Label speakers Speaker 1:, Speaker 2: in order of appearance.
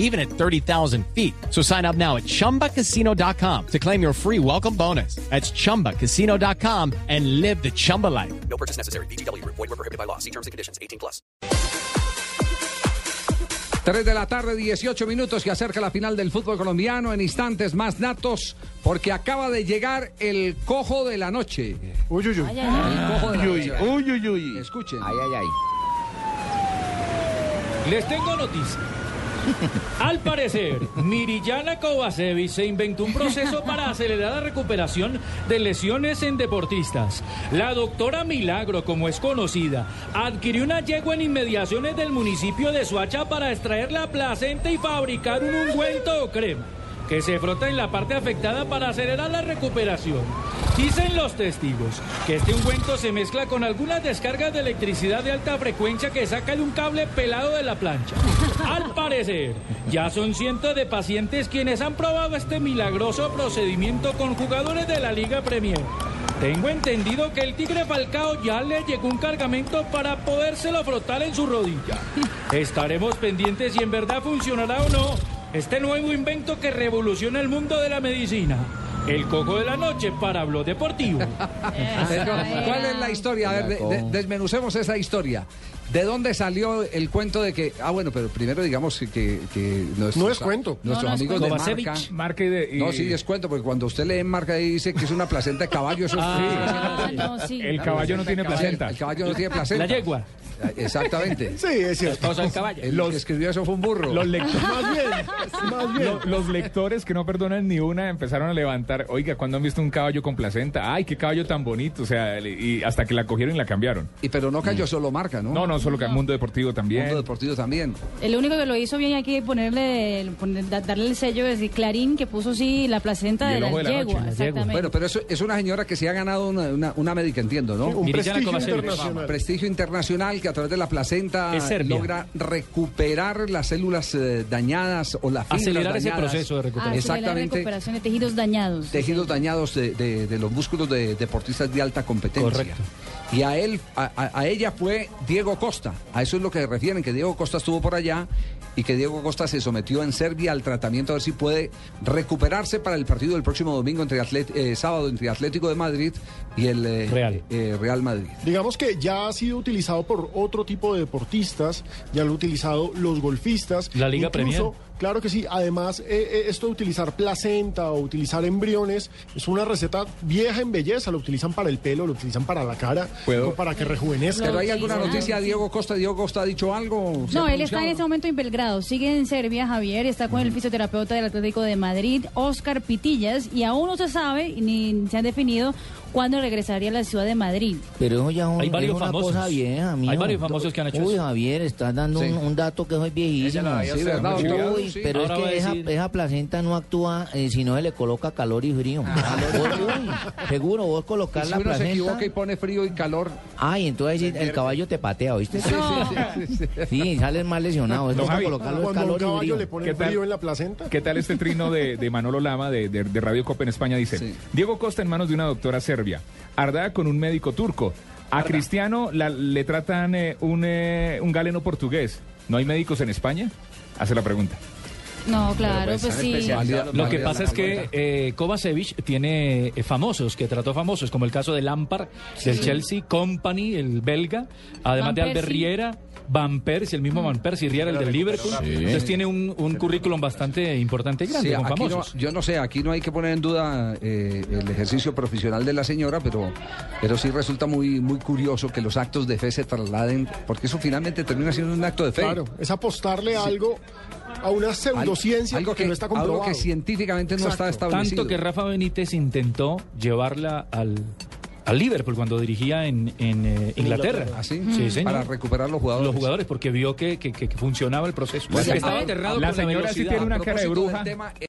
Speaker 1: even at 30,000 feet. So sign up now at ChumbaCasino.com to claim your free welcome bonus. That's ChumbaCasino.com and live the Chumba life.
Speaker 2: No purchase necessary. BGW. Void were prohibited by law. See terms and conditions. 18 plus.
Speaker 3: 3 de la tarde, 18 minutos, que acerca la final del fútbol colombiano. En instantes más datos, porque acaba de llegar el cojo de la noche.
Speaker 4: Uy, uy, uy.
Speaker 3: El cojo de la
Speaker 4: Uy,
Speaker 3: noche.
Speaker 4: uy, uy, uy.
Speaker 3: Escuchen.
Speaker 5: Ay, ay, ay.
Speaker 6: Les tengo noticia. Al parecer, Mirillana Kovacevic se inventó un proceso para acelerar la recuperación de lesiones en deportistas. La doctora Milagro, como es conocida, adquirió una yegua en inmediaciones del municipio de Suacha para extraer la placenta y fabricar un ungüento o crema que se frota en la parte afectada para acelerar la recuperación. Dicen los testigos que este ungüento se mezcla con algunas descargas de electricidad de alta frecuencia que saca de un cable pelado de la plancha. Al parecer, ya son cientos de pacientes quienes han probado este milagroso procedimiento con jugadores de la Liga Premier. Tengo entendido que el Tigre Falcao ya le llegó un cargamento para podérselo frotar en su rodilla. Estaremos pendientes si en verdad funcionará o no este nuevo invento que revoluciona el mundo de la medicina. El coco de la noche para Blog Deportivo.
Speaker 7: Ah,
Speaker 3: Pero, ¿Cuál es la historia? A ver, de- de- desmenucemos esa historia. ¿De dónde salió el cuento de que... Ah, bueno, pero primero digamos que... que nuestros-
Speaker 4: No es cuento.
Speaker 3: Nuestros amigos de
Speaker 6: Kovacevic.
Speaker 3: marca...
Speaker 8: Marca y de- y-
Speaker 3: No, sí, es cuento, porque cuando usted lee en marca y dice que es una placenta de caballo, eso es...
Speaker 6: Ah,
Speaker 7: no, sí.
Speaker 8: el caballo no tiene
Speaker 3: El caballo-
Speaker 8: placenta.
Speaker 3: El caballo no tiene placenta.
Speaker 6: La yegua.
Speaker 3: Exactamente.
Speaker 4: Sí, es cierto.
Speaker 3: El que escribió eso fue un burro.
Speaker 8: Los, lect-
Speaker 4: Más bien, más bien.
Speaker 8: lo- los lectores que no perdonan ni una empezaron a levantar. Oiga, ¿cuándo han visto un caballo con placenta? Ay, qué caballo tan bonito. O sea, le- y hasta que la cogieron y la cambiaron.
Speaker 3: Y pero no
Speaker 6: Mm.
Speaker 3: cayó solo marca, ¿no?
Speaker 8: No, no, solo que el mundo deportivo también.
Speaker 3: Mundo Deportivo también.
Speaker 7: El único que lo hizo bien hay que ponerle, el- poner- da- darle el sello de decir Clarín que puso sí la placenta
Speaker 8: Y
Speaker 7: de
Speaker 8: el
Speaker 7: la,
Speaker 8: ojo de la noche,
Speaker 7: yegua,
Speaker 8: la yegua.
Speaker 7: exactamente.
Speaker 3: Bueno, pero eso es una señora que se ha ganado una, una, una médica, entiendo, ¿no?
Speaker 4: Un
Speaker 6: Mirillana
Speaker 4: prestigio
Speaker 6: Kovacevic.
Speaker 3: Un
Speaker 4: internacional.
Speaker 3: prestigio internacional que a través de la placenta
Speaker 6: Es Serbia.
Speaker 3: logra recuperar las células eh, dañadas o las fibras
Speaker 6: Acelerar ese
Speaker 3: dañadas.
Speaker 6: proceso de recuperación.
Speaker 7: Ah, sí, de la
Speaker 3: Exactamente.
Speaker 7: recuperación de tejidos dañados.
Speaker 3: tejidos dañados de, de- de los músculos de deportistas de alta competencia.
Speaker 6: Correcto.
Speaker 3: Y a él, a, a- a ella fue Diego Costa. A eso es lo que refieren, que Diego Costa estuvo por allá y que Diego Costa se sometió en Serbia al tratamiento a ver si puede recuperarse para el partido del próximo domingo entre Atlet- eh, sábado entre Atlético de Madrid y el eh,
Speaker 6: Real.
Speaker 3: eh, Real Madrid.
Speaker 4: Digamos que ya ha sido utilizado por otro tipo de deportistas, ya lo han utilizado los golfistas.
Speaker 6: La Liga
Speaker 4: Incluso,
Speaker 6: Premier.
Speaker 4: Claro que sí, además eh, eh, esto de utilizar placenta o utilizar embriones es una receta vieja en belleza, lo utilizan para el pelo, lo utilizan para la cara,
Speaker 8: ¿Puedo?
Speaker 4: para que rejuvenezca.
Speaker 3: Pero hay
Speaker 7: sí,
Speaker 3: alguna
Speaker 7: sí,
Speaker 3: noticia de Diego Costa. Diego Costa ha dicho algo. ¿Se ha
Speaker 7: No, él está en
Speaker 3: pronunciado?
Speaker 7: este momento en Belgrado, sigue en Serbia, Javier, está con el fisioterapeuta del Atlético de Madrid, Oscar Pitillas, y aún no se sabe ni se han definido cuándo regresaría a la ciudad de Madrid.
Speaker 5: Pero eso ya es un-
Speaker 6: Hay
Speaker 5: es
Speaker 6: varios
Speaker 5: una
Speaker 6: famosos.
Speaker 5: cosa vieja,
Speaker 6: Hay
Speaker 5: mijo.
Speaker 6: varios famosos que han hecho
Speaker 5: Uy,
Speaker 6: eso.
Speaker 5: Javier, estás dando
Speaker 3: Sí.
Speaker 5: un, un dato que soy viejísimo.
Speaker 3: Sí, ¿verdad,
Speaker 8: mucho
Speaker 3: doctor?
Speaker 8: cuidado,
Speaker 5: Uy,
Speaker 3: Sí.
Speaker 5: pero es
Speaker 6: Ahora va a
Speaker 5: que esa,
Speaker 6: decir-
Speaker 5: esa placenta no actúa eh, si no se le coloca calor y frío. Uy, uy, seguro, vos
Speaker 3: Y
Speaker 5: colocar
Speaker 3: si
Speaker 5: la
Speaker 3: uno se
Speaker 5: placenta...
Speaker 3: equivoca y pone frío y calor.
Speaker 5: Ay, entonces sí, el caballo te patea, ¿oíste? Sí, sales más lesionado.
Speaker 8: Don
Speaker 5: Es para
Speaker 8: Javi,
Speaker 5: colocarlo es
Speaker 4: Cuando a un
Speaker 5: calor y
Speaker 4: caballo le
Speaker 5: frío.
Speaker 4: ponen
Speaker 8: ¿Qué tal?
Speaker 4: frío en la placenta.
Speaker 8: ¿Qué tal este trino de, de Manolo Lama de, de- de Radio Copa en España? Dice,
Speaker 3: Sí.
Speaker 8: Diego Costa en manos de una doctora serbia, Arda con un médico turco, a Cristiano la- le tratan eh, un, eh, un galeno portugués. ¿No hay médicos en España? Hace la pregunta.
Speaker 7: No, claro, pues sí.
Speaker 6: Lo que pasa es que eh, Kovacevic tiene eh, famosos, que trató famosos, como el caso de Lampard, del Chelsea, Company, el belga, además
Speaker 7: Van
Speaker 6: de Albert
Speaker 7: Persie. Mm.
Speaker 6: Riera, Van Persie, el mismo Van Persie, Riera, el del Liverpool. Entonces tiene un, un currículum bastante importante y grande,
Speaker 3: Sí,
Speaker 6: con
Speaker 3: aquí no,
Speaker 6: famosos.
Speaker 3: yo no sé, aquí no hay que poner en duda eh, el ejercicio profesional de la señora, pero, pero sí resulta muy, muy curioso que los actos de fe se trasladen, porque eso finalmente termina siendo un acto de fe.
Speaker 4: Claro, es apostarle a algo, a una
Speaker 3: Al-
Speaker 4: pseudociencia
Speaker 3: algo
Speaker 4: que, no está comprobado.
Speaker 3: algo que científicamente no está
Speaker 4: Exacto.
Speaker 3: establecido.
Speaker 6: Tanto que Rafa Benítez intentó llevarla al, al Liverpool cuando dirigía en, en, eh, Inglaterra.
Speaker 3: Así,
Speaker 6: Sí, señor.
Speaker 3: ¿Ah, para recuperar los jugadores.
Speaker 6: Los jugadores, porque vio que, que- que- que funcionaba el proceso.
Speaker 3: La
Speaker 6: Porque
Speaker 3: señora-
Speaker 6: estaba aterrado
Speaker 8: la
Speaker 6: por la
Speaker 8: señora sí
Speaker 6: velocidad.
Speaker 8: tiene una
Speaker 3: A
Speaker 8: cara de
Speaker 3: propósito del
Speaker 8: bruja.
Speaker 3: tema,